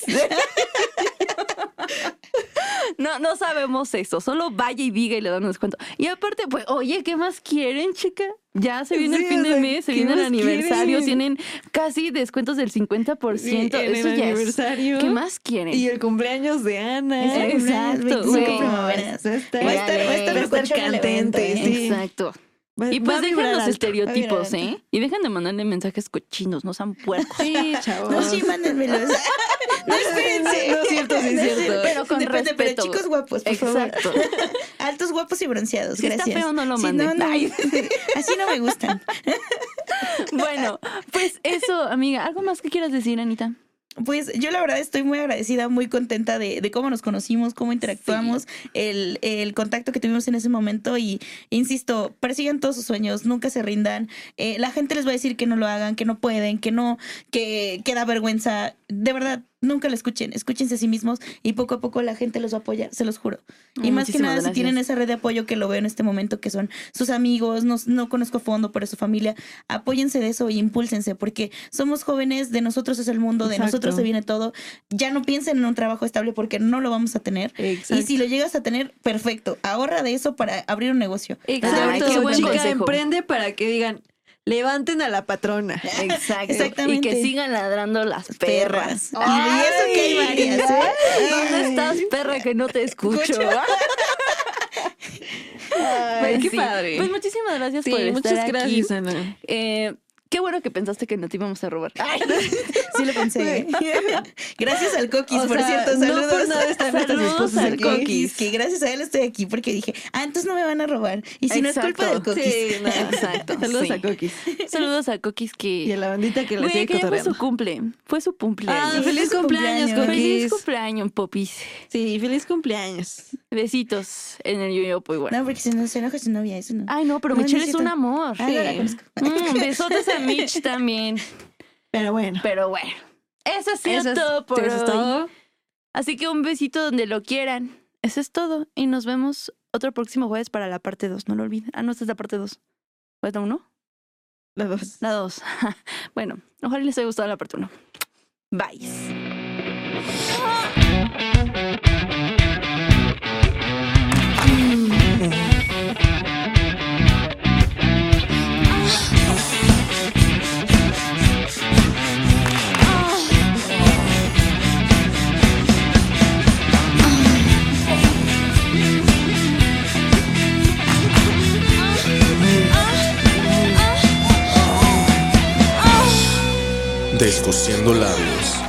No, no sabemos eso. Solo vaya y diga y le dan un descuento. Y aparte, pues, oye, ¿qué más quieren, chica? Ya se viene el Sí, fin o de sea, mes, se ¿qué viene el más aniversario, quieren? tienen casi descuentos del 50%. en eso el ya es. aniversario. ¿Qué más quieren? Y eh, el cumpleaños de Ana. Exacto, Exacto, güey. primaveras. Va a estar, va a estar, Órale. va a estar Cochón en el evento, cantante, ¿eh? sí. Exacto. Va- Y va a pues vibrar dejen los alto. estereotipos, alto. ¿eh? Y dejen de mandarle mensajes cochinos, no sean puercos. Sí, chavos. No, [laughs] sí, mándenmelos. No, espérense. No es cierto, sí es No cierto. Pero con Depende, respeto. Pero chicos guapos, por favor. Exacto. Altos, guapos y bronceados. Si está gracias. feo, no lo Sí, manden. no, Ay. [laughs] Así no me gustan. [laughs] Bueno, pues eso, amiga. ¿Algo más que quieras decir, Anita? Pues yo la verdad estoy muy agradecida, muy contenta de, de cómo nos conocimos, cómo interactuamos, el, el contacto que tuvimos en ese momento y, insisto, persigan todos sus sueños, nunca se rindan. Eh, la gente les va a decir que no lo hagan, que no pueden, que no, que, que da vergüenza. De verdad, nunca lo escuchen, escúchense a sí mismos y poco a poco la gente los va a apoyar, se los juro. Y Ay, más que muchísimas nada, si gracias. tienen esa red de apoyo que lo veo en este momento, que son sus amigos, no, no conozco a fondo, pero su familia, apóyense de eso y impúlsense, porque somos jóvenes, de nosotros es el mundo, de Exacto. nosotros se viene todo. Ya no piensen en un trabajo estable porque no lo vamos a tener. Exacto. Y si lo llegas a tener, perfecto. Ahorra de eso para abrir un negocio. Exacto, Ay, qué buen chica, consejo. emprende para que digan, levanten a la patrona. Exacto. Y Exactamente. que sigan ladrando las perras. Perras. Y eso que hay varias, ¿eh? ¿Dónde estás, perra, que no te escucho? Ay, Pues qué sí. padre. Pues muchísimas gracias Sí, por estar muchas aquí. gracias, Ana. Eh, qué bueno que pensaste que no te íbamos a robar. Sí lo pensé. ¿eh? [laughs] Gracias al Coquis, O por sea, cierto, no saludos. por nada están nuestras Saludos esposas al aquí. Coquis, que gracias a él estoy aquí porque dije, ah, entonces no me van a robar. Y si no es culpa del Exacto. Coquis. Sí, no, Exacto, [laughs] Saludos sí. a Coquis. Saludos a Coquis Y a que... la bandita que la Güey, sigue que ya fue cotorreando. su cumple. Fue su cumpleaños. Ah, Sí, feliz fue su cumpleaños, cumpleaños. Feliz Coquis. cumpleaños, Popis. Sí, feliz cumpleaños. Besitos en el yoyopo igual. No, porque si no se enoja su novia, eso no. Ay, no, pero No, Michelle es necesito- un amor. Ah, ya la Ah, sí. Mm, [laughs] conozco. besotes a Mitch también. Pero bueno. Pero bueno, eso ha sido Eso es todo por eso es hoy. todo. Así que un besito donde lo quieran. Eso es todo. Y nos vemos otro próximo jueves para la parte 2. No lo olviden. Ah, no, esta es la parte 2. ¿Es la 1? Las dos. La 2. [laughs] bueno, ojalá les haya gustado la parte 1. Bye. Descosiendo labios.